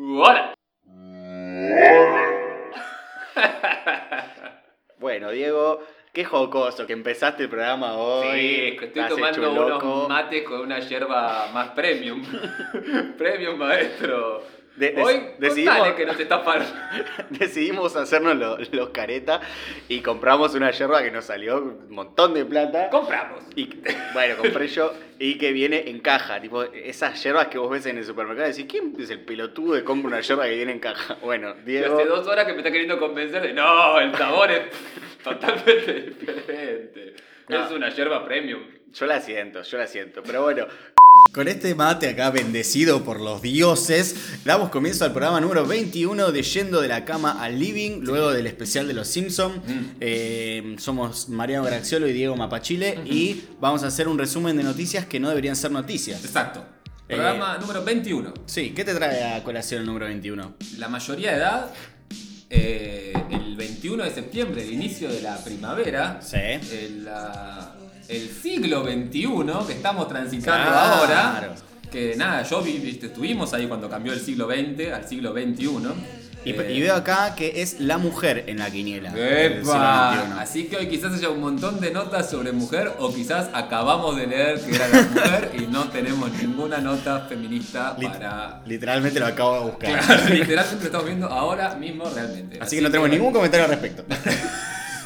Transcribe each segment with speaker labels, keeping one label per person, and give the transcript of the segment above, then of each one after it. Speaker 1: ¡Hola!
Speaker 2: Bueno, Diego, qué jocoso que empezaste el programa
Speaker 1: Sí,
Speaker 2: hoy. Te
Speaker 1: estoy
Speaker 2: has hecho
Speaker 1: tomando
Speaker 2: un loco.
Speaker 1: unos mates con una yerba más premium. premium, maestro.
Speaker 2: De- de-
Speaker 1: Hoy
Speaker 2: Eh, decidimos-
Speaker 1: decidimos que nos estafaron.
Speaker 2: Decidimos hacernos lo- los caretas y compramos una yerba que nos salió un montón de plata.
Speaker 1: Compramos.
Speaker 2: Y, bueno, compré yo y que viene en caja. Tipo, esas yerbas que vos ves en el supermercado. Decís, ¿quién es el pelotudo que compra una yerba que viene en caja? Bueno,
Speaker 1: Y
Speaker 2: Diego.
Speaker 1: hace dos horas que me está queriendo convencer de no, el sabor es totalmente diferente.
Speaker 2: No.
Speaker 1: Es una yerba premium.
Speaker 2: Yo la siento, yo la siento, pero bueno. Con este mate acá bendecido por los dioses, damos comienzo al programa número 21 de Yendo de la Cama al Living, luego del especial de Los Simpsons. somos Mariano Graciolo y Diego Mapachile y vamos a hacer un resumen de noticias que no deberían ser noticias.
Speaker 3: Exacto.
Speaker 2: Eh.
Speaker 3: Programa número 21.
Speaker 2: Sí, ¿qué te trae a colación el número 21?
Speaker 3: La mayoría de edad, eh, el 21 de septiembre, el inicio de la primavera,
Speaker 2: Sí.
Speaker 3: el, la- el siglo 21 que estamos transitando
Speaker 2: Claro.
Speaker 3: ahora, que nada, yo vi, viste, estuvimos ahí cuando cambió el siglo 20 al siglo Eh, 21.
Speaker 2: Y, y veo acá que es la mujer en la quiniela. del siglo XXI.
Speaker 3: ¡Epa! Así que hoy quizás haya un montón de notas sobre mujer o quizás acabamos de leer que era la mujer y no tenemos ninguna nota feminista
Speaker 2: Lit-
Speaker 3: para
Speaker 2: Literalmente lo acabo de buscar.
Speaker 3: Claro, literalmente lo estamos viendo ahora mismo realmente.
Speaker 2: Así que no tenemos ningún comentario al respecto.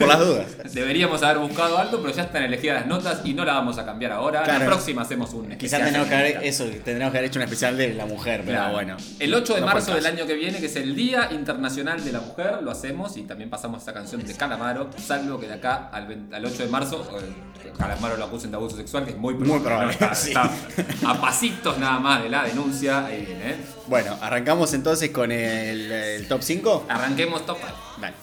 Speaker 2: Por las dudas.
Speaker 3: Deberíamos haber buscado algo, pero ya están elegidas las notas y no la vamos a cambiar ahora.
Speaker 2: Claro.
Speaker 3: La próxima hacemos un
Speaker 2: Quizás
Speaker 3: especial
Speaker 2: tenemos que
Speaker 3: feminista.
Speaker 2: haber, eso, tendríamos que haber hecho un especial de la mujer, pero
Speaker 3: Claro.
Speaker 2: bueno.
Speaker 3: El 8 de
Speaker 2: No fue
Speaker 3: marzo
Speaker 2: el
Speaker 3: del
Speaker 2: caso.
Speaker 3: año que viene, que es el Día Internacional de la Mujer, lo hacemos y también pasamos esta canción de Calamaro, salvo que de acá al, 20 al 8 de marzo eh, Calamaro lo acusen de abuso sexual, que es muy probable.
Speaker 2: Muy probable,
Speaker 3: Está-
Speaker 2: sí.
Speaker 3: está a pasitos nada más de la denuncia. Ahí viene, ¿eh?
Speaker 2: Bueno, arrancamos entonces con el, el top 5.
Speaker 3: Arranquemos top five.
Speaker 2: Dale.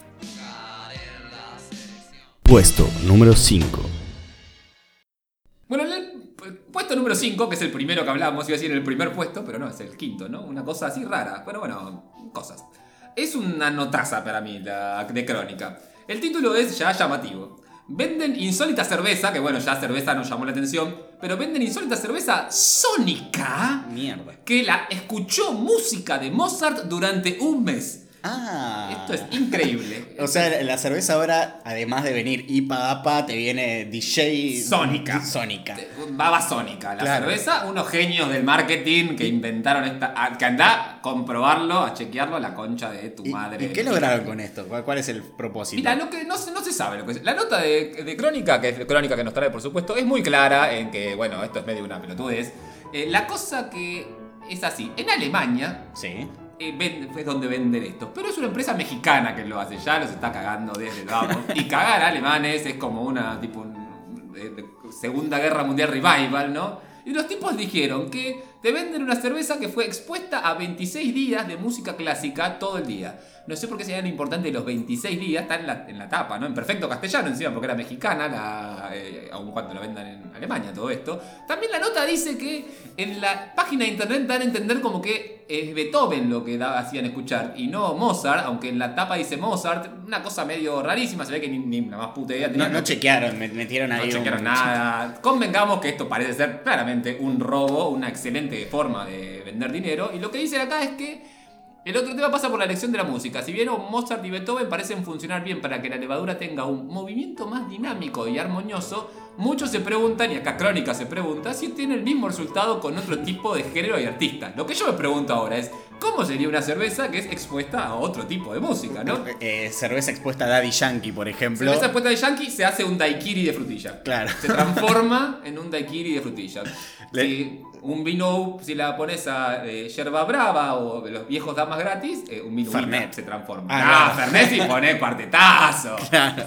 Speaker 2: Puesto número 5.
Speaker 3: Bueno, en el pu- puesto número 5, que es el primero que hablamos, iba a decir el primer puesto, pero no, es el quinto, ¿no? Una cosa así rara, pero bueno, cosas. Es una notaza para mí, la de crónica. El título es ya llamativo. Venden insólita cerveza, que bueno, ya cerveza nos llamó la atención, pero venden insólita cerveza sónica
Speaker 2: Mierda.
Speaker 3: que la escuchó música de Mozart durante un mes.
Speaker 2: Ah.
Speaker 3: Esto es increíble.
Speaker 2: O sea, la- la cerveza ahora, además de venir IPA APA, te viene DJ.
Speaker 3: Sónica.
Speaker 2: Sónica.
Speaker 3: Baba Sónica, la
Speaker 2: Claro.
Speaker 3: cerveza, unos genios del marketing que inventaron esta. ah, que andá a comprobarlo, a chequearlo, a la concha de tu
Speaker 2: ¿Y,
Speaker 3: madre.
Speaker 2: y qué lograron con esto? ¿Cuál, cuál es el propósito?
Speaker 3: Mira, lo que no, se- no se sabe lo que es. La nota de, de crónica, que es la crónica que nos trae, por supuesto, es muy clara en que, bueno, esto es medio una pelotudez. Eh, la cosa que es así, en Alemania.
Speaker 2: Sí.
Speaker 3: eh, ven- es donde venden esto. Pero es una empresa mexicana que lo hace, ya los está cagando desde el vamos. Y cagar a alemanes es como una tipo un- de- de Segunda Guerra Mundial Revival, ¿no? Y los tipos dijeron que te venden una cerveza que fue expuesta a 26 días de música clásica todo el día. No sé por qué serían importante los 26 días, está en la, en la tapa, ¿no? En perfecto castellano encima, porque era mexicana, la, eh, aun cuando lo vendan en Alemania todo esto. También la nota dice que en la página de internet dan a entender como que es Beethoven lo que da- hacían escuchar y no Mozart, aunque en la tapa dice Mozart, una cosa medio rarísima, se ve que ni, ni la más puta idea
Speaker 2: No,
Speaker 3: tenían.
Speaker 2: no chequearon, me- metieron
Speaker 3: No
Speaker 2: ahí. un-
Speaker 3: chequearon nada. Convengamos que esto parece ser claramente un robo, una excelente forma de vender dinero. Y lo que dicen acá es que el otro tema pasa por la elección de la música. Si bien Mozart y Beethoven parecen funcionar bien para que la levadura tenga un movimiento más dinámico y armonioso, muchos se preguntan, y acá Crónica se pregunta, si tiene el mismo resultado con otro tipo de género y artista. Lo que yo me pregunto ahora es, ¿cómo sería una cerveza que es expuesta a otro tipo de música, no?
Speaker 2: Eh, cerveza expuesta a Daddy Yankee, por ejemplo.
Speaker 3: Cerveza expuesta de Yankee se hace un daiquiri de frutilla.
Speaker 2: Claro.
Speaker 3: Se transforma en un daiquiri de frutilla.
Speaker 2: Le-
Speaker 3: Si un vino, si la pones a eh, yerba brava o de los viejos damas gratis, eh, un vino
Speaker 2: Fernet.
Speaker 3: Wina se transforma.
Speaker 2: Ah,
Speaker 3: Ah, Fernet si pones cuartetazo.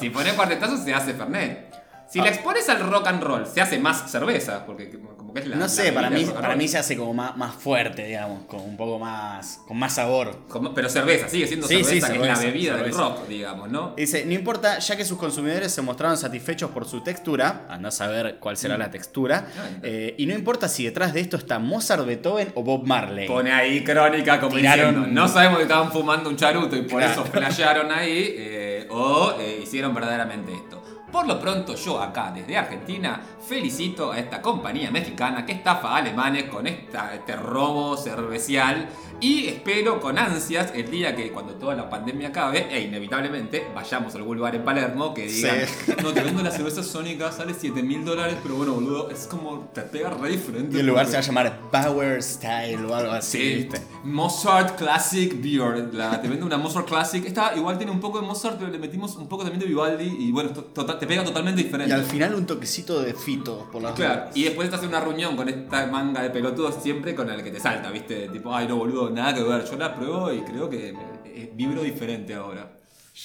Speaker 3: Si pones cuartetazo se hace Fernet. Si
Speaker 2: Ah.
Speaker 3: la expones al rock and roll, se hace más cerveza, porque como que es la.
Speaker 2: no
Speaker 3: la
Speaker 2: sé, para
Speaker 3: bebida
Speaker 2: mí,
Speaker 3: rock and
Speaker 2: para
Speaker 3: roll.
Speaker 2: mí se hace como más, más fuerte, digamos, con un poco más. con más sabor.
Speaker 3: Como- pero cerveza, sigue siendo
Speaker 2: Sí, sí,
Speaker 3: cerveza, que es
Speaker 2: cerveza,
Speaker 3: la bebida del
Speaker 2: cerveza.
Speaker 3: rock, digamos, ¿no?
Speaker 2: Dice, no importa, ya que sus consumidores se mostraron satisfechos por su textura, anda a saber cuál será la textura,
Speaker 3: Ah, entiendo.
Speaker 2: eh, y no importa si detrás de esto está Mozart, Beethoven o Bob Marley.
Speaker 3: Pone ahí crónica como
Speaker 2: Tiraron
Speaker 3: diciendo,
Speaker 2: un-
Speaker 3: no sabemos que estaban fumando un charuto y por
Speaker 2: Claro.
Speaker 3: eso flashearon ahí eh, o eh, hicieron verdaderamente esto. Por lo pronto yo acá desde Argentina felicito a esta compañía mexicana que estafa a alemanes con esta, este robo cervecial y espero con ansias el día que cuando toda la pandemia acabe e inevitablemente vayamos a algún lugar en Palermo que digan
Speaker 2: Sí.
Speaker 3: no te vendo la cerveza sónica sale 7 mil dólares pero bueno boludo es como te pega re diferente
Speaker 2: Y el lugar
Speaker 3: porque-
Speaker 2: se va a llamar Power Style o algo así,
Speaker 3: Sí,
Speaker 2: ¿viste?
Speaker 3: Mozart Classic Beer. La, te vende una Mozart Classic. Esta igual tiene un poco de Mozart, pero le metimos un poco también de Vivaldi. Y bueno, to- total- te pega totalmente
Speaker 2: Y
Speaker 3: diferente.
Speaker 2: al final un toquecito de fito por las
Speaker 3: Claro,
Speaker 2: dudas.
Speaker 3: y después estás en una reunión con esta manga de pelotudos siempre con el que te salta, ¿viste? Tipo, ay, no, boludo, nada que ver. Yo la pruebo y creo que eh, vibro diferente ahora.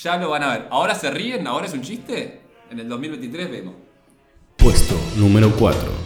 Speaker 3: Ya lo van a ver. ¿Ahora se ríen? ¿Ahora es un chiste? En el 2023 vemos.
Speaker 4: Puesto número 4.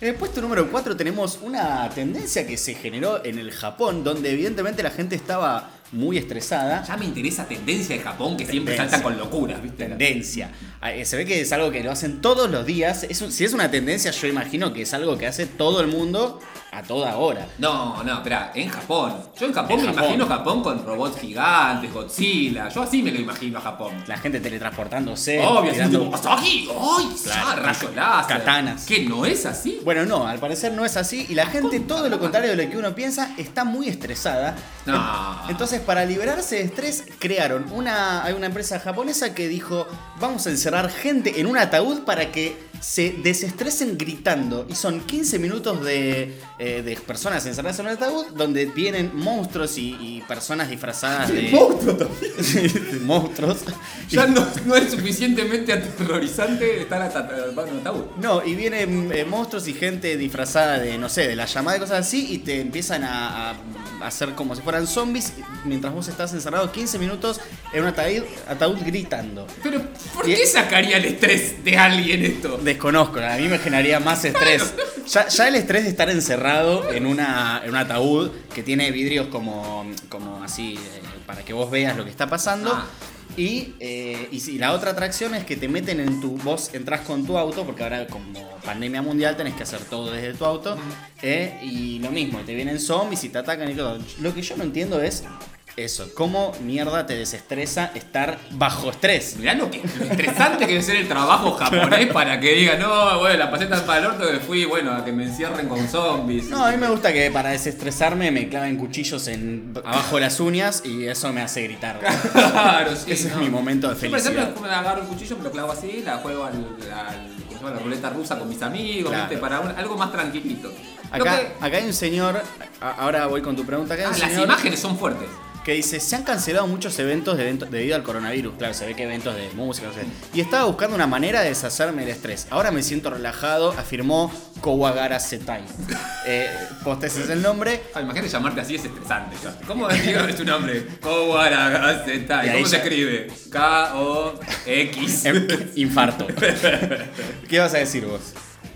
Speaker 2: En el puesto número 4 tenemos una tendencia que se generó en el Japón, donde evidentemente la gente estaba muy estresada.
Speaker 3: Ya me interesa tendencia de Japón que siempre
Speaker 2: Tendencia.
Speaker 3: saltan con locuras, ¿viste?
Speaker 2: Tendencia. Ah, eh, Se ve que es algo que lo hacen todos los días. Es un- si es una tendencia, yo imagino que es algo que hace todo el mundo a toda hora.
Speaker 3: No, no, espera, en Japón. Yo en Japón
Speaker 2: En
Speaker 3: me
Speaker 2: Japón.
Speaker 3: imagino Japón con robots gigantes, Godzilla. Yo así me lo imagino a Japón.
Speaker 2: La gente teletransportándose.
Speaker 3: Obvio, así
Speaker 2: tirando-
Speaker 3: tipo, ¡Asahi! ¡Ay! ya, rayo láser!
Speaker 2: Katanas.
Speaker 3: Que no es así.
Speaker 2: Bueno, no, al parecer no es así. Y la gente, todo lo contrario de lo que uno piensa, está muy estresada.
Speaker 3: No.
Speaker 2: Entonces, para liberarse de estrés, crearon una, hay una empresa japonesa que dijo, vamos a encerrar gente en un ataúd para que se desestresen gritando. Y son 15 minutos de, eh, de personas encerradas en un ataúd donde vienen monstruos y, y personas disfrazadas de
Speaker 3: Monstruo también.
Speaker 2: monstruos.
Speaker 3: Ya no, no es suficientemente aterrorizante estar a ataúd.
Speaker 2: No, y vienen eh, monstruos y gente disfrazada de, no sé, de la llamada y cosas así, y te empiezan a, a hacer como si fueran zombies mientras vos estás encerrado 15 minutos en un ataúd, ataúd gritando.
Speaker 3: Pero, ¿por
Speaker 2: Y-
Speaker 3: qué sacaría el estrés de alguien esto?
Speaker 2: Desconozco, a mí me generaría más estrés. Ya, ya el estrés de estar encerrado en, una, en un ataúd que tiene vidrios como, como así, eh, para que vos veas lo que está pasando.
Speaker 3: Ah.
Speaker 2: Y, eh, y si- la otra atracción es que te meten en tu. Vos entras con tu auto, porque ahora, como pandemia mundial, tenés que hacer todo desde tu auto. eh, y lo mismo, te vienen zombies y te atacan y todo. Lo que yo no entiendo es eso: ¿cómo mierda te desestresa estar bajo estrés?
Speaker 3: Mirá lo, que, lo estresante que debe ser el trabajo japonés para que diga, no, bueno, la pasé tan para el orto que fui, bueno, a que me encierren con zombies.
Speaker 2: No, a mí me gusta que para desestresarme me claven cuchillos en, abajo de las uñas y eso me hace gritar.
Speaker 3: Claro, sí.
Speaker 2: Ese es
Speaker 3: no.
Speaker 2: mi momento de
Speaker 3: Yo, por ejemplo,
Speaker 2: felicidad.
Speaker 3: me agarro un cuchillo, me lo clavo así, la juego al, al- ¿cómo se llama? la ruleta rusa con mis amigos,
Speaker 2: Claro.
Speaker 3: ¿viste? Para un- algo más tranquilito. Lo
Speaker 2: Acá,
Speaker 3: que-
Speaker 2: acá hay un señor, a- ahora voy con tu pregunta, acá hay
Speaker 3: ah,
Speaker 2: un
Speaker 3: las
Speaker 2: señor
Speaker 3: imágenes son fuertes.
Speaker 2: que dice, se han cancelado muchos eventos de- debido al coronavirus, claro, se ve que eventos de música, no sé. Y estaba buscando una manera de deshacerme del estrés. Ahora me siento relajado, afirmó Kowagara Setai. Eh, posta, ese es el nombre.
Speaker 3: Ah, imagínate llamarte así, es estresante. ya. ¿Cómo es tu nombre? Kowaragasetai.
Speaker 2: Y ahí
Speaker 3: ¿Cómo se
Speaker 2: ya-
Speaker 3: escribe? K-O-X.
Speaker 2: Em, Infarto. ¿Qué vas a decir vos?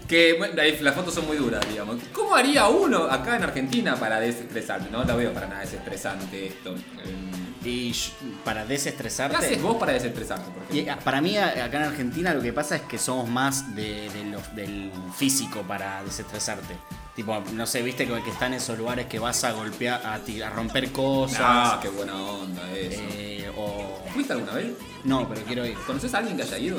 Speaker 3: Que bueno, ahí las fotos son muy duras, digamos. ¿Cómo haría uno acá en Argentina para desestresarte? No la veo para nada desestresante esto. Em,
Speaker 2: Y sh- para
Speaker 3: ¿Qué
Speaker 2: desestresarte...
Speaker 3: haces vos para desestresarte? Por
Speaker 2: Y
Speaker 3: ejemplo?
Speaker 2: a- para mí, a- acá en Argentina, lo que pasa es que somos más de, de lo- del físico para desestresarte. Tipo, no sé, viste que, que están esos lugares que vas a golpear, a, ti- a romper
Speaker 3: Ah,
Speaker 2: cosas.
Speaker 3: qué buena onda eso.
Speaker 2: eh, o...
Speaker 3: ¿Fuiste alguna vez?
Speaker 2: No, pero quiero ir.
Speaker 3: ¿Conoces a alguien que haya ido?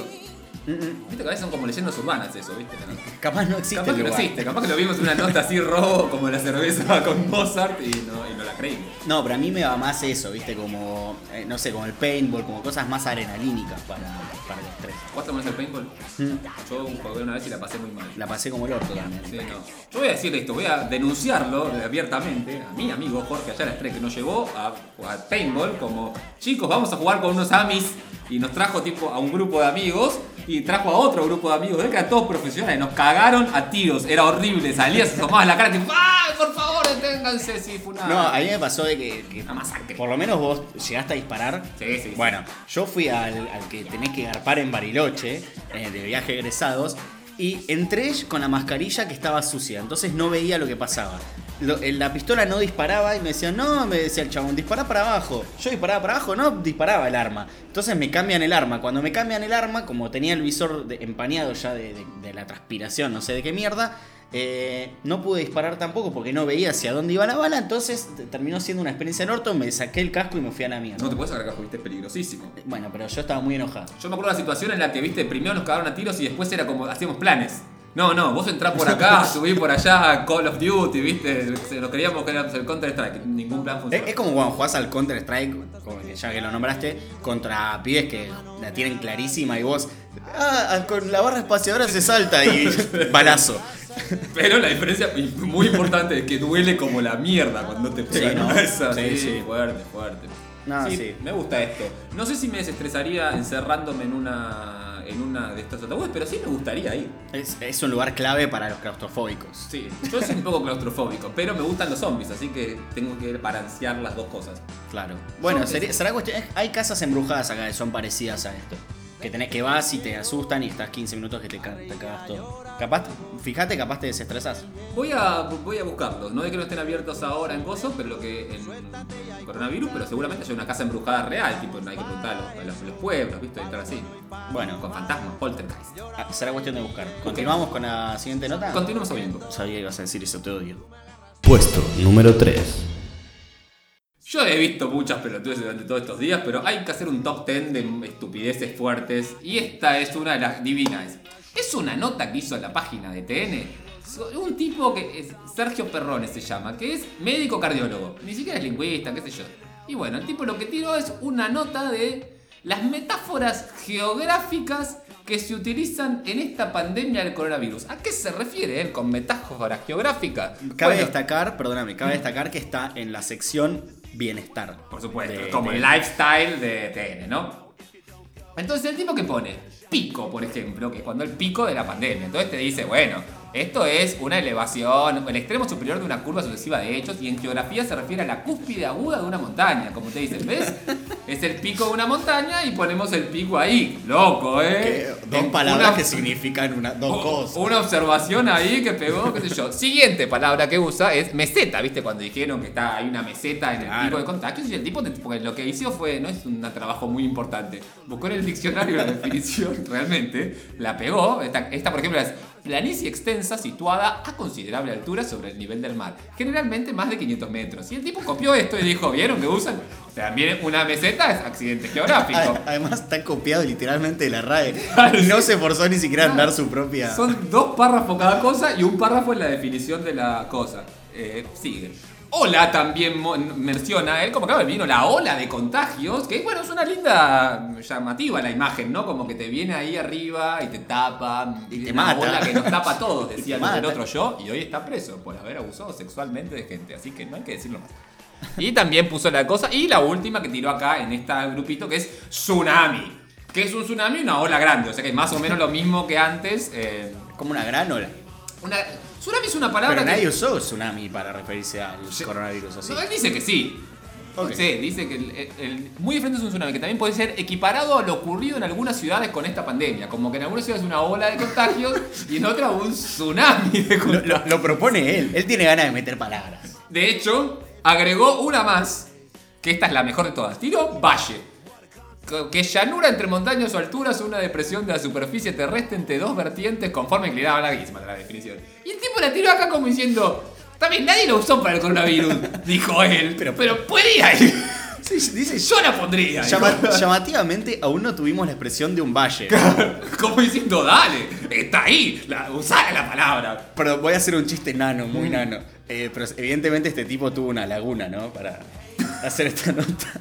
Speaker 2: Mm,
Speaker 3: Viste que a veces son como leyendas urbanas eso, ¿viste?
Speaker 2: mm, Capaz no existe
Speaker 3: Capaz
Speaker 2: el
Speaker 3: que no
Speaker 2: lugar.
Speaker 3: existe, capaz que lo vimos en una nota así robo como la cerveza con Mozart y no, y no la creímos.
Speaker 2: No, pero a mí me va más eso, viste, como, eh, no sé, como el paintball, como cosas más adrenalínicas para, para el estrés.
Speaker 3: ¿Vos tomás el paintball?
Speaker 2: Mm,
Speaker 3: Yo jugué una vez y la pasé muy mal.
Speaker 2: La pasé como el orto también.
Speaker 3: Sí, no. Yo voy a decir esto, voy a denunciarlo abiertamente a mi amigo Jorge Ayala Estrés que nos llevó a, a paintball como chicos vamos a jugar con unos amis y nos trajo tipo a un grupo de amigos y trajo a otro grupo de amigos de él que eran todos profesionales, nos cagaron a tiros, era horrible, salías, tomabas la cara tipo ¡ay por favor deténganse! Sí, fue una,
Speaker 2: No, a mí me pasó de que- que
Speaker 3: una masacre.
Speaker 2: Por lo menos vos llegaste a disparar.
Speaker 3: Sí, sí, sí.
Speaker 2: Bueno, yo fui al, al que tenés que garpar en Bariloche, eh, de viaje egresados, y entré con la mascarilla que estaba sucia, entonces no veía lo que pasaba. Lo- eh, la pistola no disparaba y me decían, no, me decía el chabón, dispará para abajo. Yo disparaba para abajo, no disparaba el arma. Entonces me cambian el arma. Cuando me cambian el arma, como tenía el visor de- empañado ya de, de- de la transpiración, no sé de qué mierda, Eh, no pude disparar tampoco porque no veía hacia dónde iba la bala, entonces t- terminó siendo una experiencia en orto, me saqué el casco y me fui a la mierda.
Speaker 3: No te puedes sacar casco, viste, es peligrosísimo.
Speaker 2: Bueno, pero yo estaba muy enojado.
Speaker 3: Yo me acuerdo de la situación en la que, viste, primero nos cagaron a tiros y después era como, hacíamos planes. No, no, vos entrás por acá, subí por allá, Call of Duty, viste, se- nos creíamos que era el Counter-Strike, ningún plan
Speaker 2: Es,
Speaker 3: funcionó.
Speaker 2: es como cuando jugás al Counter Strike, como que ya que lo nombraste, contra pibes que la tienen clarísima y vos, ah, con la barra espaciadora se salta y balazo. eh.
Speaker 3: Pero la diferencia y muy importante es que duele como la mierda cuando te pegan
Speaker 2: ¿no?
Speaker 3: esa.
Speaker 2: Sí,
Speaker 3: Sí,
Speaker 2: sí.
Speaker 3: fuerte, fuerte.
Speaker 2: No, sí.
Speaker 3: me gusta esto. No sé si me desestresaría encerrándome en una en una de estas ataúdes, pero sí me gustaría ir.
Speaker 2: Es, es un lugar clave para los claustrofóbicos.
Speaker 3: Sí, yo soy un poco claustrofóbico, pero me gustan los zombies, así que tengo que balancear las dos cosas.
Speaker 2: Claro. Bueno,
Speaker 3: Yo-
Speaker 2: sería- será cuestión. Hay casas embrujadas acá que son parecidas a esto. Que tenés que vas y te asustan y estás 15 minutos que te, ca- te cagas todo. Capaz, fíjate, capaz te desestresás.
Speaker 3: Voy a, voy a buscarlos. No es que no estén abiertos ahora en Gozo, pero lo que en coronavirus, pero seguramente hay una casa embrujada real, tipo, no hay que preguntar a los, a los- a los pueblos, ¿viste? Entrar así.
Speaker 2: Bueno,
Speaker 3: Con fantasmas, poltergeist.
Speaker 2: ah, será cuestión de buscar. Continuamos con la siguiente nota.
Speaker 3: Continuamos oyendo.
Speaker 2: Sabía que ibas a decir eso, te odio.
Speaker 4: Puesto número 3.
Speaker 3: Yo he visto muchas pelotudes durante todos estos días, pero hay que hacer un top 10 de estupideces fuertes. Y esta es una de las divinas. Es una nota que hizo la página de TN. So- Un tipo que es Sergio Perrones se llama, que es médico cardiólogo. Ni siquiera es lingüista, qué sé yo. Y bueno, el tipo lo que tiró es una nota de las metáforas geográficas que se utilizan en esta pandemia del coronavirus. ¿A qué se refiere él con metáforas geográficas?
Speaker 2: Cabe
Speaker 3: Bueno,
Speaker 2: destacar, perdóname, cabe destacar que está en la sección bienestar.
Speaker 3: Por supuesto,
Speaker 2: De-
Speaker 3: como
Speaker 2: de-
Speaker 3: el lifestyle de TN, ¿no? Entonces el tipo que pone pico, por ejemplo, que es cuando el pico de la pandemia. Entonces te dice, bueno, esto es una elevación, el extremo superior de una curva sucesiva de hechos, y en geografía se refiere a la cúspide aguda de una montaña, como te dicen, ¿ves? es el pico de una montaña y ponemos el pico ahí. Loco,
Speaker 2: Que-
Speaker 3: ¿eh?
Speaker 2: dos
Speaker 3: En
Speaker 2: palabras
Speaker 3: una-
Speaker 2: que significan una, dos
Speaker 3: u-
Speaker 2: cosas.
Speaker 3: Oh, Una observación ahí que pegó, qué sé yo. Siguiente palabra que usa es meseta, ¿viste? Cuando dijeron que está, hay una meseta en el
Speaker 2: Claro.
Speaker 3: pico de contagios y el tipo, te- porque lo que hizo fue, no es un trabajo muy importante, buscó en el diccionario la definición realmente, la pegó, esta, esta, por ejemplo es planicie extensa situada a considerable altura sobre el nivel del mar, generalmente más de 500 metros. Y el tipo copió esto y dijo, ¿vieron que usan? También una meseta es accidente geográfico.
Speaker 2: A- Además está copiado literalmente de la RAE.
Speaker 3: Claro,
Speaker 2: Y no se esforzó ni siquiera en
Speaker 3: Claro.
Speaker 2: dar su propia.
Speaker 3: Son dos párrafos cada cosa y un párrafo en la definición de la cosa. Eh, sigue. Ola también mo- menciona él, como claro, vino la ola de contagios, que bueno, es una linda llamativa la imagen, ¿no? Como que te viene ahí arriba y te tapa.
Speaker 2: Y te
Speaker 3: una
Speaker 2: mata.
Speaker 3: ola que nos tapa a todos,
Speaker 2: Y te
Speaker 3: decía el
Speaker 2: mata.
Speaker 3: otro yo, y hoy está preso por haber abusado sexualmente de gente, así que no hay que decirlo más. Y también puso la cosa. Y la última que tiró acá en este grupito que es Tsunami. Que es un tsunami? Una ola grande. O sea que es más o menos lo mismo que antes. eh,
Speaker 2: Como una granola.
Speaker 3: una, tsunami es una palabra
Speaker 2: Pero nadie
Speaker 3: que.
Speaker 2: usó tsunami para referirse al coronavirus así.
Speaker 3: No, él dice que sí.
Speaker 2: Ok.
Speaker 3: Sí, dice que el- el- el- muy diferente es un tsunami, que también puede ser equiparado a lo ocurrido en algunas ciudades con esta pandemia. Como que en algunas ciudades una ola de contagios y en otra un tsunami de
Speaker 2: Lo,
Speaker 3: contagios.
Speaker 2: lo- lo propone él. Él tiene ganas de meter palabras.
Speaker 3: De hecho, agregó una más, que esta es la mejor de todas. Tiro Valle. Que- Que llanura entre montañas o alturas, una depresión de la superficie terrestre entre dos vertientes conforme inclinaba la guisma, la definición. Y el tipo la tiró acá como diciendo, también nadie lo usó para el coronavirus, dijo él, pero,
Speaker 2: Pero-
Speaker 3: podría ir.
Speaker 2: Sí, dice
Speaker 3: Yo la pondría. dijo.
Speaker 2: Llama- llamativamente aún no tuvimos la expresión de un valle.
Speaker 3: Como diciendo, dale, está ahí, la, usá la palabra.
Speaker 2: Pero voy a hacer un chiste nano, muy nano. Eh, pero evidentemente este tipo tuvo una laguna, ¿no? Para hacer esta nota.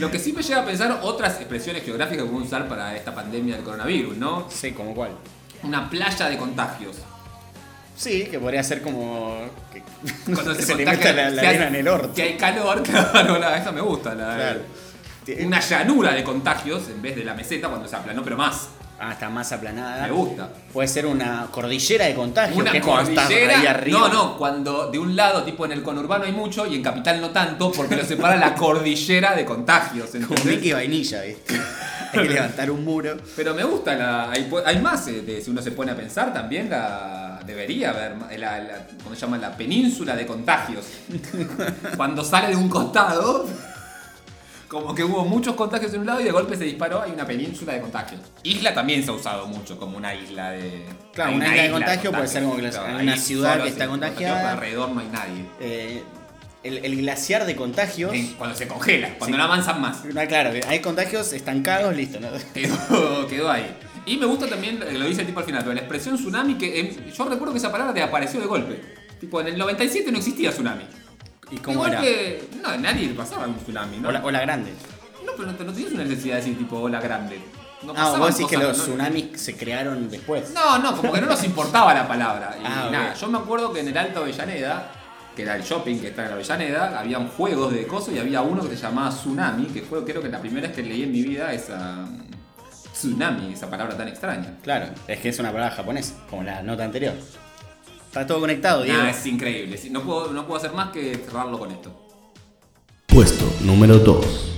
Speaker 3: Lo que sí me lleva a pensar otras expresiones geográficas que podemos usar para esta pandemia del coronavirus, ¿no?
Speaker 2: Sí, como cuál.
Speaker 3: Una playa de contagios.
Speaker 2: Sí, que podría ser como. que-
Speaker 3: Cuando se,
Speaker 2: se le
Speaker 3: contagia-
Speaker 2: meta la, la
Speaker 3: si hay-
Speaker 2: arena en el orto.
Speaker 3: Si hay calor, claro, la, esa me gusta. La,
Speaker 2: Claro. Tie-
Speaker 3: Una llanura de contagios en vez de la meseta cuando se aplanó, pero más.
Speaker 2: Ah, está más aplanada.
Speaker 3: Me gusta.
Speaker 2: Puede ser una cordillera de contagios.
Speaker 3: Una
Speaker 2: que es cuando estás ahí
Speaker 3: cordillera.
Speaker 2: arriba.
Speaker 3: No, no, cuando de un lado, tipo en el conurbano hay mucho y en capital no tanto, porque lo separa la cordillera de contagios.
Speaker 2: Como
Speaker 3: ¿entendés?
Speaker 2: Mickey Vainilla, ¿viste? hay que levantar un muro.
Speaker 3: Pero me gusta la. Hay, po- hay más, eh, de- si uno se pone a pensar también, la. Debería haber. ma- La, la- ¿Cómo se llama? La península de contagios. Cuando sale de un costado. Como que hubo muchos contagios en un lado y de golpe se disparó, hay una península de contagios. Isla también se ha usado mucho como una isla de.
Speaker 2: Claro,
Speaker 3: hay
Speaker 2: una isla de contagio puede ser como que
Speaker 3: claro,
Speaker 2: la-
Speaker 3: ahí
Speaker 2: una ciudad
Speaker 3: solo
Speaker 2: que
Speaker 3: se
Speaker 2: está
Speaker 3: contagió,
Speaker 2: contagiada.
Speaker 3: pero Alrededor no hay nadie.
Speaker 2: Eh, el, el glaciar de contagios.
Speaker 3: En- cuando se congela, cuando
Speaker 2: Sí.
Speaker 3: no avanzan más.
Speaker 2: No, claro, hay contagios estancados, listo. ¿no?
Speaker 3: Quedó, quedó ahí. Y me gusta también, eh, lo dice el tipo al final, pero la expresión tsunami, que eh, yo recuerdo que esa palabra te apareció de golpe. Tipo, en el 97 no existía tsunami.
Speaker 2: ¿Y cómo
Speaker 3: Igual
Speaker 2: era?
Speaker 3: que- no, nadie pasaba un tsunami, ¿no?
Speaker 2: O la, o la grande.
Speaker 3: No, pero no, te- no tenías una necesidad de decir tipo ola grande. No
Speaker 2: ah,
Speaker 3: pasaban
Speaker 2: vos decís que
Speaker 3: cosas,
Speaker 2: los
Speaker 3: no-
Speaker 2: tsunamis se crearon después.
Speaker 3: No, no, como que no nos importaba la palabra. Y
Speaker 2: Ah,
Speaker 3: nada,
Speaker 2: ok.
Speaker 3: yo me acuerdo que en el Alto Avellaneda, que era el shopping que está en Avellaneda, habían juegos de cosas y había uno que se llamaba Tsunami, que fue creo que la primera vez que leí en mi vida esa tsunami, esa palabra tan extraña.
Speaker 2: Claro, es que es una palabra japonesa, como la nota anterior. Está todo conectado, Diego.
Speaker 3: Nah, Ah, es increíble. Sí, No puedo, no puedo hacer más que cerrarlo con esto.
Speaker 4: Puesto número 2.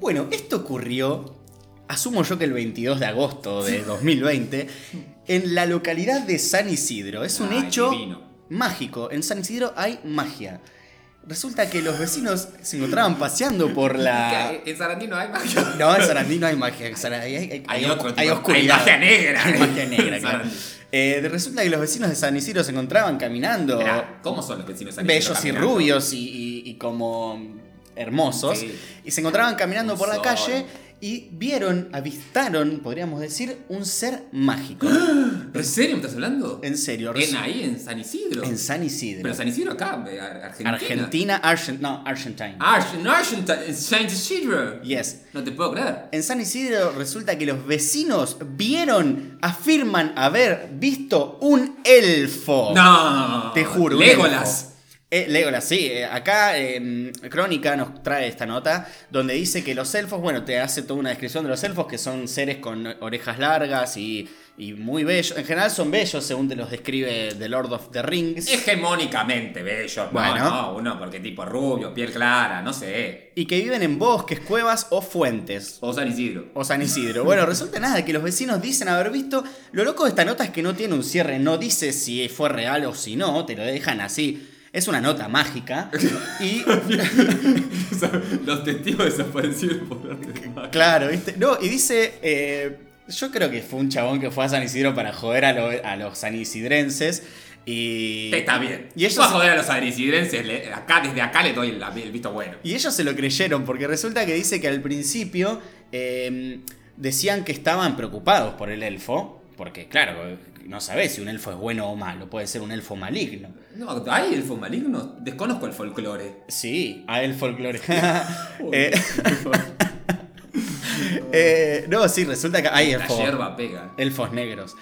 Speaker 2: Bueno, esto ocurrió, asumo yo que el 22 de agosto de 2020, en la localidad de San Isidro. Es un
Speaker 3: Ay,
Speaker 2: hecho
Speaker 3: divino.
Speaker 2: mágico. En San Isidro hay magia. Resulta que los vecinos se encontraban paseando por la...
Speaker 3: ¿Qué? eh, En Sarandino hay magia.
Speaker 2: No, en Sarandí no hay magia. En Sarandí hay, hay-
Speaker 3: Hay
Speaker 2: hay-
Speaker 3: otro tipo.
Speaker 2: hay oscuridad.
Speaker 3: Hay magia negra.
Speaker 2: Hay magia negra,
Speaker 3: En
Speaker 2: claro.
Speaker 3: Sarandí.
Speaker 2: Eh, resulta que los vecinos de San Isidro se encontraban caminando,
Speaker 3: Mirá, ¿Cómo son los vecinos de San Isidro
Speaker 2: bellos y
Speaker 3: caminando?
Speaker 2: rubios y, y- y como hermosos,
Speaker 3: Sí.
Speaker 2: y se encontraban caminando
Speaker 3: Un
Speaker 2: por la
Speaker 3: sol.
Speaker 2: calle y vieron, avistaron, podríamos decir, un ser mágico.
Speaker 3: ¿En serio me estás hablando?
Speaker 2: En serio,
Speaker 3: En ahí, en San Isidro.
Speaker 2: en San Isidro,
Speaker 3: Pero San Isidro acá, eh, Ar- Argentina. Ah.
Speaker 2: Argentina, Argent- no, Argentina.
Speaker 3: Arge- no, Argentina, en San Isidro.
Speaker 2: Yes.
Speaker 3: No te puedo creer.
Speaker 2: En San Isidro resulta que los vecinos vieron, afirman haber visto un elfo.
Speaker 3: No.
Speaker 2: Te juro. un
Speaker 3: Legolas.
Speaker 2: elfo. Eh, Legolas, sí. eh, acá eh, Crónica nos trae esta nota donde dice que los elfos, bueno, te hace toda una descripción de los elfos que son seres con orejas largas y, y muy bellos. En general son bellos, según te los describe The Lord of the Rings.
Speaker 3: Hegemónicamente bello. No,
Speaker 2: Bueno.
Speaker 3: no, uno porque tipo rubio, piel clara, no sé.
Speaker 2: Y que viven en bosques, cuevas o fuentes.
Speaker 3: O San Isidro.
Speaker 2: O San Isidro. Bueno, resulta nada que los vecinos dicen haber visto. Lo loco de esta nota es que no tiene un cierre, no dice si fue real o si no, te lo dejan así. Es una nota mágica. Y.
Speaker 3: los testigos desaparecidos por arte de magia.
Speaker 2: Claro, ¿viste? No, y dice. eh, yo creo que fue un chabón que fue a San Isidro para joder a, lo- a los sanisidrenses. Y.
Speaker 3: Está bien. Voy
Speaker 2: Y
Speaker 3: a
Speaker 2: ellos,
Speaker 3: joder a los adrisidrenses, le- acá, desde acá le doy el, el visto bueno.
Speaker 2: y ellos se lo creyeron, porque resulta que dice que al principio eh, decían que estaban preocupados por el elfo. Porque, claro, no sabés si un elfo es bueno o malo, puede ser un elfo maligno.
Speaker 3: No, ¿hay elfos malignos? Desconozco el folclore.
Speaker 2: Sí, a el folclore. Eh, eh, no, sí, resulta que hay
Speaker 3: La
Speaker 2: elfos,
Speaker 3: hierba pega.
Speaker 2: elfos negros.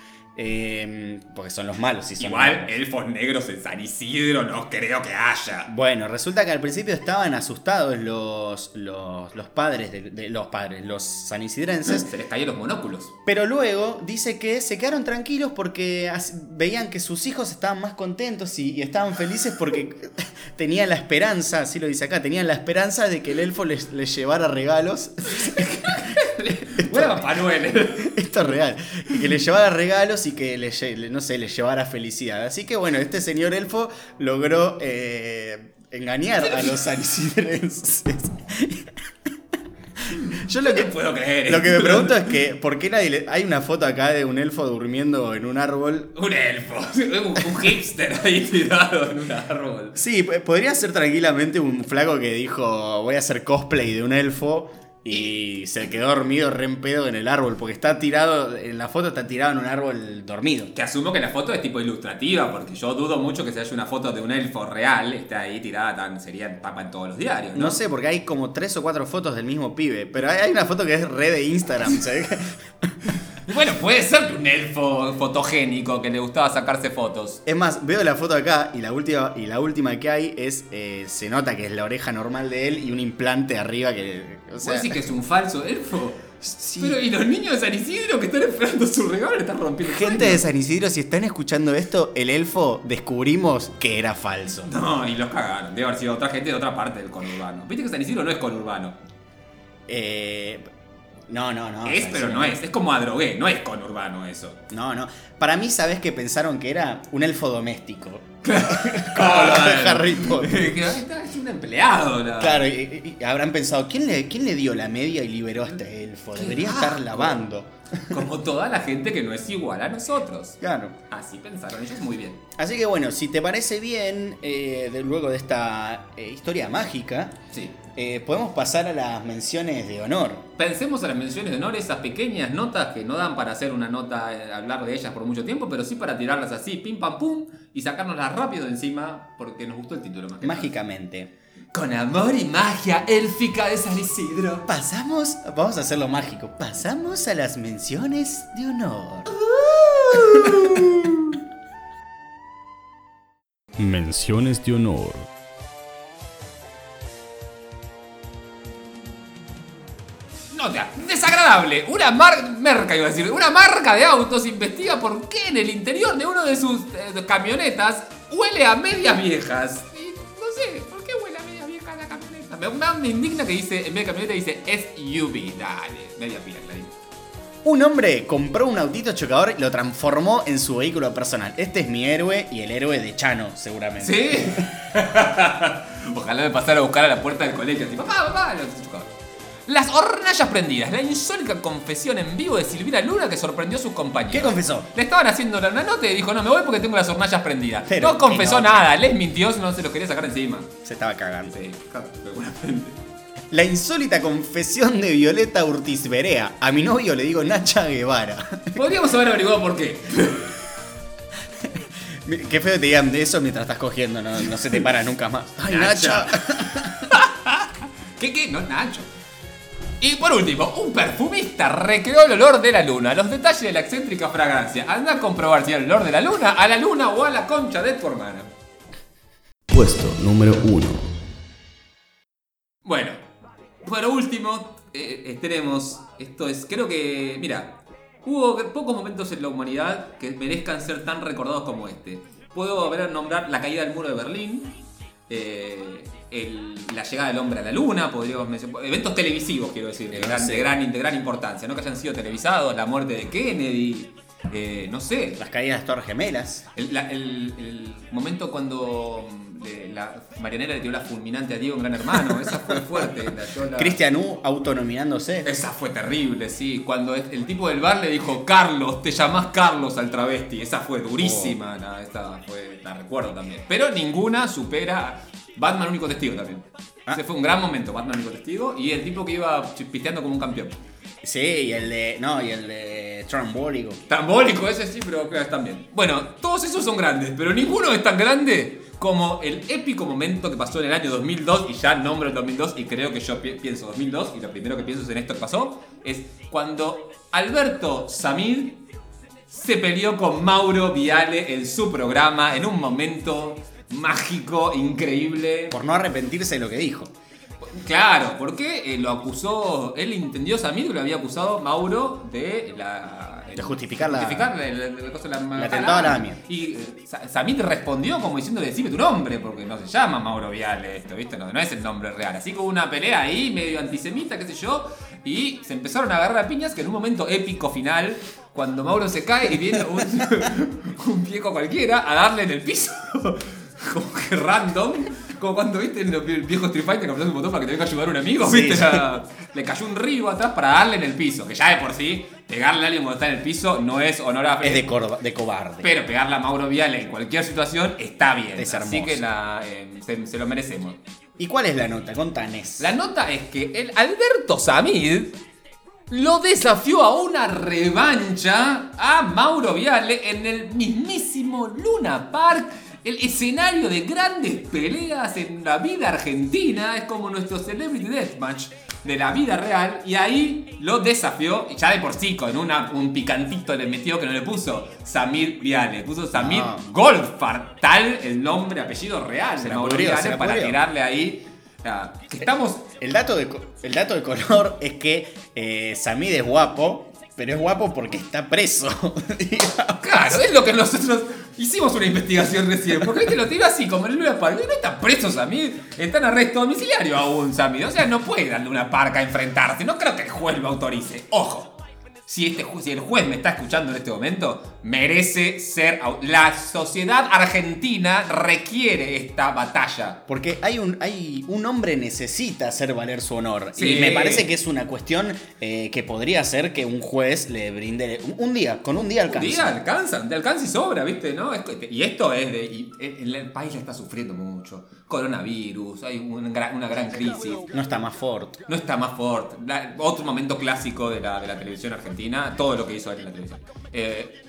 Speaker 2: Eh, porque son los malos, sí, son los
Speaker 3: Igual
Speaker 2: malos.
Speaker 3: elfos negros en San Isidro no creo que haya.
Speaker 2: Bueno, resulta que al principio estaban asustados los, los, los padres, de, de- los padres, los sanisidrenses.
Speaker 3: Se les caían los monóculos.
Speaker 2: Pero luego dice que se quedaron tranquilos porque as- veían que sus hijos estaban más contentos y, y estaban felices porque tenían la esperanza, así lo dice acá, tenían la esperanza de que el elfo les, les llevara regalos.
Speaker 3: Bueno, Papá Noel.
Speaker 2: Esto es real. Y que les llevara regalos y que les, lle- no sé, les llevara felicidad. Así que bueno, este señor elfo logró eh, engañar a los sanisidrenses. Yo lo
Speaker 3: No
Speaker 2: que
Speaker 3: te puedo creer.
Speaker 2: Lo que me pregunto es que, ¿por qué nadie le- Hay una foto acá de un elfo durmiendo en un árbol.
Speaker 3: Un elfo. Un, un hipster ahí tirado en un árbol.
Speaker 2: Sí, p- podría ser tranquilamente un flaco que dijo, voy a hacer cosplay de un elfo y se quedó dormido re en pedo en el árbol, porque está tirado, en la foto está tirado en un árbol dormido.
Speaker 3: Que asumo que la foto es tipo ilustrativa, porque yo dudo mucho que se haya una foto de un elfo real. Está ahí tirada, tan, sería tapa en todos los diarios. No,
Speaker 2: No sé, porque hay como tres o cuatro fotos del mismo pibe, pero hay, hay una foto que es re de Instagram, ¿sabes?
Speaker 3: Bueno, puede ser que un elfo fotogénico que le gustaba sacarse fotos.
Speaker 2: Es más, veo la foto acá y la última, y la última que hay es, eh, se nota que es la oreja normal de él y un implante arriba que... o sea-
Speaker 3: ¿Vos decís que es un falso elfo?
Speaker 2: Sí.
Speaker 3: Pero, ¿y los niños de San Isidro que están esperando su regalo le están rompiendo? el
Speaker 2: Gente
Speaker 3: sueño?
Speaker 2: de San Isidro, si están escuchando esto, el elfo descubrimos que era falso.
Speaker 3: No, y los cagaron. Debe haber sido otra gente de otra parte del conurbano. Viste que San Isidro no es conurbano.
Speaker 2: Eh, No, no, no.
Speaker 3: es, pero
Speaker 2: sí.
Speaker 3: no es. Es como a drogué, no es conurbano eso.
Speaker 2: No, no. Para mí, ¿sabes que pensaron que era? Un elfo doméstico.
Speaker 3: Como
Speaker 2: lo de Harry Potter.
Speaker 3: es un empleado. la-
Speaker 2: Claro, y, y habrán pensado, ¿quién le, ¿quién le dio la media y liberó a este elfo?
Speaker 3: Qué
Speaker 2: Debería estar
Speaker 3: asco.
Speaker 2: lavando.
Speaker 3: Como toda la gente que no es igual a nosotros.
Speaker 2: Claro.
Speaker 3: Así pensaron ellos muy bien.
Speaker 2: Así que bueno, si te parece bien, eh, de- luego de esta eh, historia mágica,
Speaker 3: Sí.
Speaker 2: eh, podemos pasar a las menciones de honor.
Speaker 3: Pensemos en las menciones de honor, esas pequeñas notas que no dan para hacer una nota, eh, hablar de ellas por mucho tiempo, pero sí para tirarlas así, pim pam pum, y sacárnoslas rápido de encima porque nos gustó el título más que nada.
Speaker 2: Mágicamente.
Speaker 3: Con amor y magia élfica de San Isidro.
Speaker 2: Pasamos, vamos a hacerlo mágico, pasamos a las menciones de honor.
Speaker 4: Menciones de honor.
Speaker 3: Nota, desagradable. Una marca, merca iba a decir, una marca de autos investiga por qué en el interior de uno de sus eh, de camionetas huele a medias viejas. Y no sé, ¿por qué huele a medias viejas la camioneta? Me, me- me indigna que dice, en vez de camioneta dice SUV. Dale, medias viejas, Clarín.
Speaker 2: Un hombre compró un autito chocador y lo transformó en su vehículo personal. Este es mi héroe y el héroe de Chano, seguramente.
Speaker 3: ¿Sí? Ojalá me pasara a buscar a la puerta del colegio. Así, papá, papá, lo estoy chocando. Las hornallas prendidas, la insólita confesión en vivo de Silvina Luna que sorprendió a sus compañeros.
Speaker 2: ¿Qué confesó?
Speaker 3: Le estaban haciendo una nota y dijo, no, me voy porque tengo las hornallas prendidas.
Speaker 2: Pero
Speaker 3: no confesó
Speaker 2: qué nota.
Speaker 3: nada, les mintió, no se los quería sacar encima.
Speaker 2: Se estaba cagando.
Speaker 3: Sí, claro, seguramente.
Speaker 2: La insólita confesión de Violeta Ortiz Berea. A mi novio le digo Nacha Guevara.
Speaker 3: Podríamos haber averiguado por qué.
Speaker 2: Qué feo que te digan de eso mientras estás cogiendo, no, no se te para nunca más. ¡Ay,
Speaker 3: Nacha.
Speaker 2: Nacha!
Speaker 3: ¿Qué, qué? No, Nacho. Y por último, un perfumista recreó el olor de la luna, los detalles de la excéntrica fragancia. Anda a comprobar si era el olor de la luna, a la luna o a la concha de tu hermana.
Speaker 4: Puesto número 1.
Speaker 3: Bueno, por último, eh, eh, tenemos, esto es, creo que, mira, hubo pocos momentos en la humanidad que merezcan ser tan recordados como este. Puedo volver a nombrar la caída del muro de Berlín, eh, el- la llegada del hombre a la luna, podríamos mencionar, eventos televisivos, quiero decir, de
Speaker 2: Eh, no
Speaker 3: gran,
Speaker 2: sé.
Speaker 3: de, gran, de gran importancia, no que hayan sido televisados, la muerte de Kennedy, eh, no sé,
Speaker 2: Las caídas de Torres Gemelas.
Speaker 3: el, la- el- el momento cuando mm, le- la Marianela le tiró la fulminante a Diego en Gran Hermano, esa fue fuerte. la Yola.
Speaker 2: Cristian U autonominándose.
Speaker 3: Esa fue terrible, sí. Cuando es- el tipo del bar le dijo, Carlos, te llamás Carlos al travesti. Esa fue durísima, la- esta fue, la recuerdo también. Pero ninguna supera a Batman único testigo también. Ese fue un gran momento, Batman único testigo. Y el tipo que iba chispisteando como un campeón.
Speaker 2: Sí, y el de. No, y el de Trambólico.
Speaker 3: Tambólico ese sí, pero claro, están bien. Bueno, todos esos son grandes, pero ninguno es tan grande como el épico momento que pasó en el año 2002, y ya nombro el 2002, y creo que yo pi- pienso 2002, y lo primero que pienso es en esto que pasó, es cuando Alberto Samid se peleó con Mauro Viale en su programa, en un momento mágico, increíble.
Speaker 2: Por no arrepentirse de lo que dijo.
Speaker 3: Claro, porque eh, lo acusó, él entendió Samir que lo había acusado Mauro de la...
Speaker 2: De justificar la-
Speaker 3: justificar la, la- la cosa de la-
Speaker 2: El atentado a la AMIA.
Speaker 3: Y eh, Sa- Samir respondió como diciendo, decime tu nombre, porque no se llama Mauro Viale esto, ¿viste? No, no es el nombre real. Así que hubo una pelea ahí, medio antisemita, qué sé yo, y se empezaron a agarrar a piñas que en un momento épico final, cuando Mauro se cae y viene un, un viejo cualquiera a darle en el piso, como que random. Como cuando viste en los viejos Street Fighter que apretás un botón para que te venga a ayudar un amigo,
Speaker 2: Sí,
Speaker 3: viste,
Speaker 2: sí.
Speaker 3: Ya- le cayó un río atrás para darle en el piso, que ya de por sí, pegarle a alguien cuando está en el piso no es honorable.
Speaker 2: Es de, corba- de cobarde.
Speaker 3: Pero pegarle a Mauro Viale en cualquier situación está bien.
Speaker 2: Es
Speaker 3: así
Speaker 2: hermoso.
Speaker 3: que la, eh, se, se lo merecemos.
Speaker 2: ¿Y cuál es la nota? Contanes.
Speaker 3: La nota es que el Alberto Samid lo desafió a una revancha a Mauro Viale en el mismísimo Luna Park. El escenario de grandes peleas en la vida argentina es como nuestro Celebrity Deathmatch de la vida real. Y ahí lo desafió, y ya de por sí, con una- un picantito le metió que no le puso Samir Viale, puso Samir
Speaker 2: Ah.
Speaker 3: Goldfarb, tal el nombre, apellido real de
Speaker 2: la
Speaker 3: Mauro
Speaker 2: pudrió, se
Speaker 3: Viale
Speaker 2: la
Speaker 3: para
Speaker 2: pudrió.
Speaker 3: tirarle ahí. Ah, que estamos
Speaker 2: El dato, de, co- el dato de color es que eh, Samid es guapo, pero es guapo porque está preso. digamos.
Speaker 3: Claro, es lo que nosotros. Hicimos una investigación recién, porque este lo tiró así, como en el Luna Park. Y no están presos, Samir. Están arresto domiciliario aún, Samir. O sea, no puede darle una parca a enfrentarse. No creo que el juez lo autorice. Ojo. Si, este, ju- si el juez me está escuchando en este momento, merece ser... au- La sociedad argentina requiere esta batalla.
Speaker 2: Porque hay un, hay un hombre necesita hacer valer su honor.
Speaker 3: Sí.
Speaker 2: Y me parece que es una cuestión eh, que podría ser que un juez le brinde un, un día, con un día
Speaker 3: Un
Speaker 2: alcanza.
Speaker 3: día alcanzan, te alcanza y sobra, ¿viste? ¿No? Es que- y esto es de. y e, el, el país la está sufriendo mucho. Coronavirus, hay un gran- una gran crisis.
Speaker 2: No está más Ford.
Speaker 3: No está más Ford. La- otro momento clásico de la, de la televisión argentina, todo lo que hizo él en la televisión. Eh,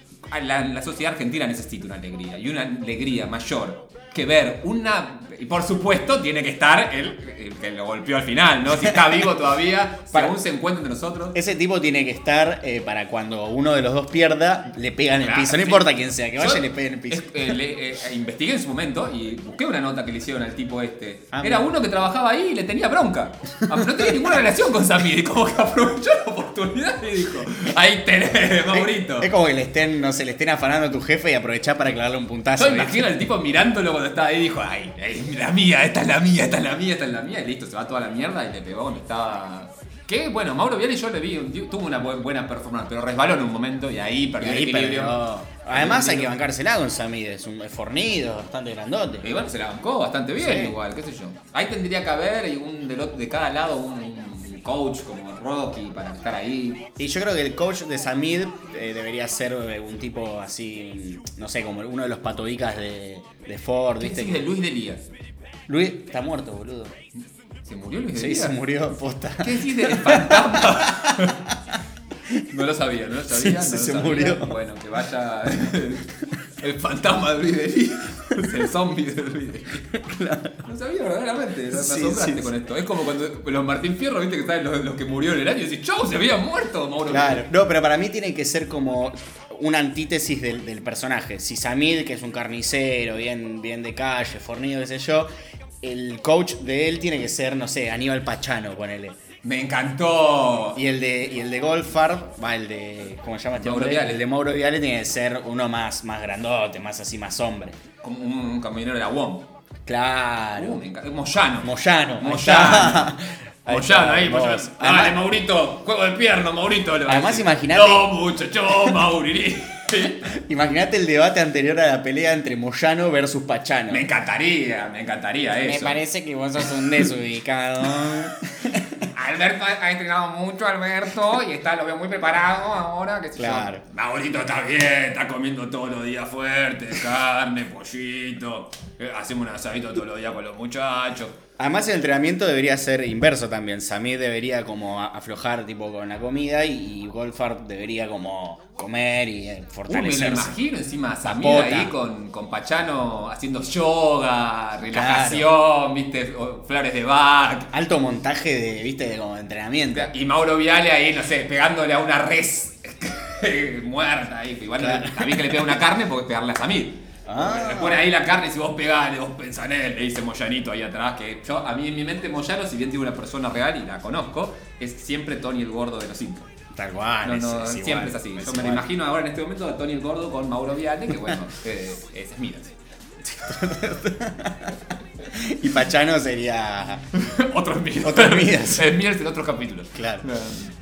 Speaker 3: la, la sociedad argentina necesita una alegría, y una alegría mayor que ver una... Y por supuesto tiene que estar el, el que lo golpeó al final, ¿no? Si está vivo todavía, si aún se encuentra entre nosotros.
Speaker 2: Ese tipo tiene que estar eh, para cuando uno de los dos pierda, le pegan el
Speaker 3: Claro,
Speaker 2: piso. No
Speaker 3: Ah, sí.
Speaker 2: importa quién sea, que vaya
Speaker 3: Yo,
Speaker 2: y le peguen el piso.
Speaker 3: es- eh, le- eh, investigué en su momento y busqué una nota que le hicieron al tipo este.
Speaker 2: Ah,
Speaker 3: Era
Speaker 2: mira.
Speaker 3: uno que trabajaba ahí y le tenía bronca. Ah, No tenía ninguna relación con Samir. Y como que aprovechó la oportunidad y dijo: Ahí tenés, Maurito.
Speaker 2: Es como que le estén, no se le estén afanando a tu jefe y aprovechar para clavarle un puntazo.
Speaker 3: Yo
Speaker 2: ¿viste?
Speaker 3: imagino al tipo mirándolo cuando estaba ahí y dijo: Ay, ay, la mía, esta es la mía, esta es la mía, esta es la mía. Y listo, se va toda la mierda y le pegó cuando estaba. Que bueno, Mauro Viale yo le vi, un tío- tuvo una bu- buena performance, pero resbaló en un momento y ahí
Speaker 2: Y
Speaker 3: perdió el
Speaker 2: ahí
Speaker 3: equilibrio.
Speaker 2: perdió. Además hay que bancársela con Samir, es un es fornido, bastante grandote.
Speaker 3: Y bueno, se la bancó bastante bien
Speaker 2: Sí.
Speaker 3: igual, qué sé yo. Ahí tendría que haber un del otro- de, cada lado un coach como Rocky para estar ahí.
Speaker 2: Y yo creo que el coach de Samid eh, debería ser eh, un tipo así, no sé, como uno de los patodicas de, de Ford, ¿viste?
Speaker 3: ¿Viste que de Luis de Elías?
Speaker 2: Luis está muerto, boludo.
Speaker 3: ¿Se murió Luis de
Speaker 2: Sí,
Speaker 3: Elías?
Speaker 2: se murió, posta.
Speaker 3: ¿Qué decís del fantasma? no lo sabía, no lo
Speaker 2: Sí,
Speaker 3: sabía.
Speaker 2: sí,
Speaker 3: no lo
Speaker 2: se
Speaker 3: sabía.
Speaker 2: murió.
Speaker 3: Bueno, que vaya el fantasma de Luis de Elías, el zombie de Luis de Elías. No sabía verdaderamente, me
Speaker 2: Sí,
Speaker 3: asombraste
Speaker 2: sí,
Speaker 3: con esto. Es como cuando los Martín Fierro, viste que saben los, los que murieron en el año y decís, ¡Chau! Se había muerto Mauro.
Speaker 2: Claro, no, pero para mí tiene que ser como una antítesis del, del personaje. Si Samid, que es un carnicero, bien, bien de calle, fornido, qué sé yo, el coach de él tiene que ser, no sé, Aníbal Pachano, ponele.
Speaker 3: Me encantó.
Speaker 2: Y el de, y el de Goldfarb, va, el de, ¿cómo se llama este
Speaker 3: Mauro
Speaker 2: hombre?
Speaker 3: Viale.
Speaker 2: El de Mauro Viale tiene que ser uno más, más grandote, más así, más hombre.
Speaker 3: Como un camionero de la WOM.
Speaker 2: Claro.
Speaker 3: Uh, me encanta. Moyano.
Speaker 2: Moyano. ahí
Speaker 3: Moyano.
Speaker 2: está. Ahí
Speaker 3: Moyano
Speaker 2: está,
Speaker 3: ahí, Moyano.
Speaker 2: vos.
Speaker 3: Dale,
Speaker 2: Además-
Speaker 3: Maurito. Juego de pierna, Maurito. le va a
Speaker 2: Además,
Speaker 3: decir.
Speaker 2: imaginate-
Speaker 3: No, muchacho, Mauri.
Speaker 2: Imagínate el debate anterior a la pelea entre Moyano versus Pachano.
Speaker 3: me encantaría, me encantaría eso.
Speaker 2: que vos sos un desubicado.
Speaker 3: Alberto ha ha entrenado mucho, Alberto, y está, lo veo muy preparado ahora. qué sé yo.
Speaker 2: Claro.
Speaker 3: Maurito está bien, está comiendo todos los días fuerte, carne, pollito. Eh, Hacemos un asadito todos los días con los muchachos.
Speaker 2: Además, el entrenamiento debería ser inverso también. Samir debería como a- aflojar tipo con la comida y, y Goldfarb debería como comer y eh,
Speaker 3: Uh, me lo
Speaker 2: fortalecerse.
Speaker 3: imagino encima a Samir
Speaker 2: Zapota.
Speaker 3: ahí con, con Pachano haciendo yoga, relajación, viste, o- flores de bar.
Speaker 2: Alto montaje de, viste, de como entrenamiento.
Speaker 3: Y Mauro Viale ahí, no sé, pegándole a una res muerta ahí. que Igual
Speaker 2: Claro.
Speaker 3: a mí que le pega una carne porque pegarle a Samir.
Speaker 2: Ah.
Speaker 3: Le pone ahí la carne y si vos pegale, vos pensá en él, le dice Moyanito ahí atrás. Que yo, a mí en mi mente Moyano, si bien tiene una persona real y la conozco, es siempre Tony el Gordo de los Simpsons.
Speaker 2: Tal cual,
Speaker 3: No,
Speaker 2: es-
Speaker 3: no,
Speaker 2: es
Speaker 3: siempre
Speaker 2: igual,
Speaker 3: es así.
Speaker 2: es
Speaker 3: Yo me lo
Speaker 2: igual.
Speaker 3: imagino ahora en este momento a Tony el Gordo con Mauro Viale, que bueno, eh, es Smith.
Speaker 2: Y Pachano sería.
Speaker 3: Otro Smith.
Speaker 2: Otro Smithers.
Speaker 3: Smithers en otros capítulos.
Speaker 2: Claro.
Speaker 3: No.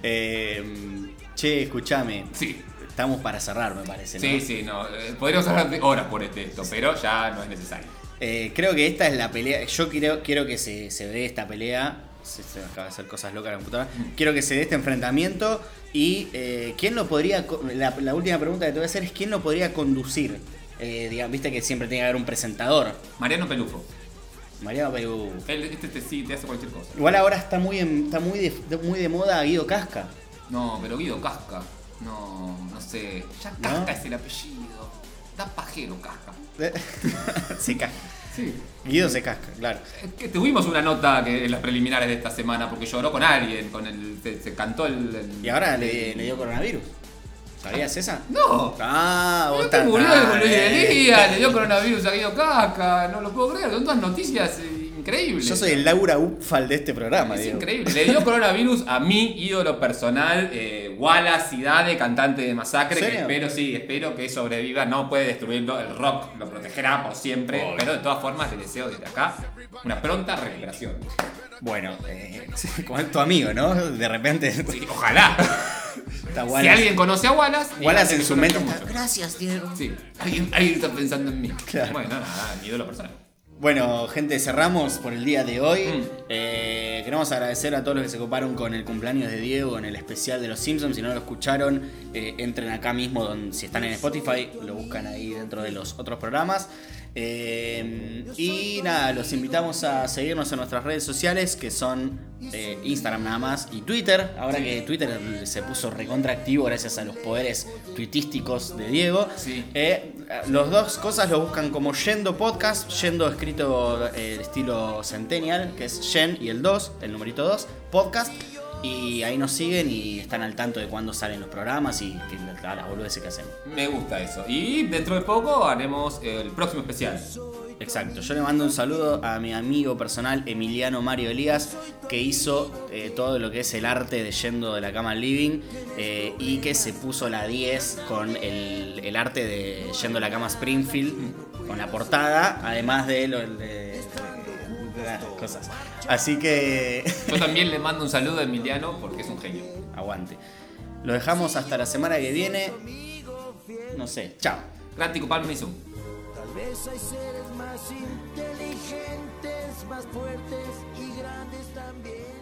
Speaker 2: Eh, che, escúchame.
Speaker 3: Sí.
Speaker 2: Estamos para cerrar, me parece. ¿no?
Speaker 3: Sí, sí, no. eh, Podríamos hablar de horas por este esto, pero ya no es necesario.
Speaker 2: Eh, creo que esta es la pelea. Yo quiero, quiero que se, se dé esta pelea. Se, se me acaba de hacer cosas locas la computadora.
Speaker 3: Mm.
Speaker 2: Quiero que se dé este enfrentamiento. Y eh, quién lo podría. co- La, la última pregunta que te voy a hacer es: ¿quién lo podría conducir? Eh, digamos, Viste que siempre tiene que haber un presentador.
Speaker 3: Mariano Pelufo.
Speaker 2: Mariano Perú.
Speaker 3: Él, este te, sí te hace cualquier cosa.
Speaker 2: Igual ahora está muy en- está muy de, de- muy de moda Guido Casca.
Speaker 3: No, pero Guido Casca. No, no sé. Ya Casca es el apellido. Da pajero Casca.
Speaker 2: se casca.
Speaker 3: Sí.
Speaker 2: Guido se casca, claro.
Speaker 3: Es Eh, que tuvimos una nota que, en las preliminares de esta semana porque lloró con alguien, con el. Se, se cantó el. el-
Speaker 2: Y ahora le, le dio coronavirus. ¿Sabías esa?
Speaker 3: ¡No!
Speaker 2: Ah,
Speaker 3: Mirá
Speaker 2: vos
Speaker 3: que
Speaker 2: tan-
Speaker 3: murió de
Speaker 2: ah,
Speaker 3: Luis de
Speaker 2: eh.
Speaker 3: Elías, le dio coronavirus a Guido Casca, no lo puedo creer, son todas noticias eh, increíble.
Speaker 2: Yo soy el Laura Upfal de este programa,
Speaker 3: Es
Speaker 2: digo.
Speaker 3: increíble. Le dio coronavirus a mi ídolo personal, eh, Wallace Zidane, cantante de Masacre,
Speaker 2: ¿En
Speaker 3: que
Speaker 2: serio?
Speaker 3: espero, sí, espero que sobreviva. No puede destruirlo, el rock lo protegerá por siempre. Pero de todas formas, le deseo desde acá una pronta recuperación.
Speaker 2: Bueno, eh, como es tu amigo, ¿no? De repente
Speaker 3: Sí, ojalá.
Speaker 2: está
Speaker 3: Si
Speaker 2: Wallace.
Speaker 3: alguien conoce a Wallace, dígale
Speaker 2: Wallace
Speaker 3: que
Speaker 2: en su
Speaker 3: yo lo
Speaker 2: mente.
Speaker 3: quiero
Speaker 2: está,
Speaker 3: mucho.
Speaker 2: Gracias, Diego.
Speaker 3: Sí, alguien, alguien está pensando en mí.
Speaker 2: Claro.
Speaker 3: Bueno, nada, mi ídolo personal.
Speaker 2: Bueno, gente, cerramos por el día de hoy.
Speaker 3: Mm.
Speaker 2: Eh, queremos agradecer a todos los que se coparon con el cumpleaños de Diego en el especial de los Simpsons. Si no lo escucharon, eh, entren acá mismo. don- si están en Spotify, lo buscan ahí dentro de los otros programas. Eh, y nada, los invitamos a seguirnos en nuestras redes sociales que son eh, Instagram nada más y Twitter. Ahora que Twitter se puso recontraactivo gracias a los poderes tuitísticos de Diego.
Speaker 3: Sí.
Speaker 2: Eh, los dos cosas lo buscan como Yendo Podcast, Yendo escrito eh, estilo Centennial, que es Yen y el 2, el numerito 2, Podcast. Y ahí nos siguen y están al tanto de cuándo salen los programas y que, a las boludeces que hacemos.
Speaker 3: Me gusta eso. Y dentro de poco haremos el próximo especial.
Speaker 2: Exacto, yo le mando un saludo a mi amigo personal Emiliano Mario Elías, que hizo eh, todo lo que es el arte de Yendo de la Cama al Living eh, y que se puso la 10 con el, el arte de Yendo a la Cama a Springfield, con la portada, además de lo de, de las cosas. Así que
Speaker 3: Yo también le mando un saludo a Emiliano porque es un genio.
Speaker 2: aguante. Lo dejamos hasta la semana que viene. No sé, chao.
Speaker 3: Grático Palma y Zoom.
Speaker 5: Tal vez hay seres más inteligentes, más fuertes y grandes también.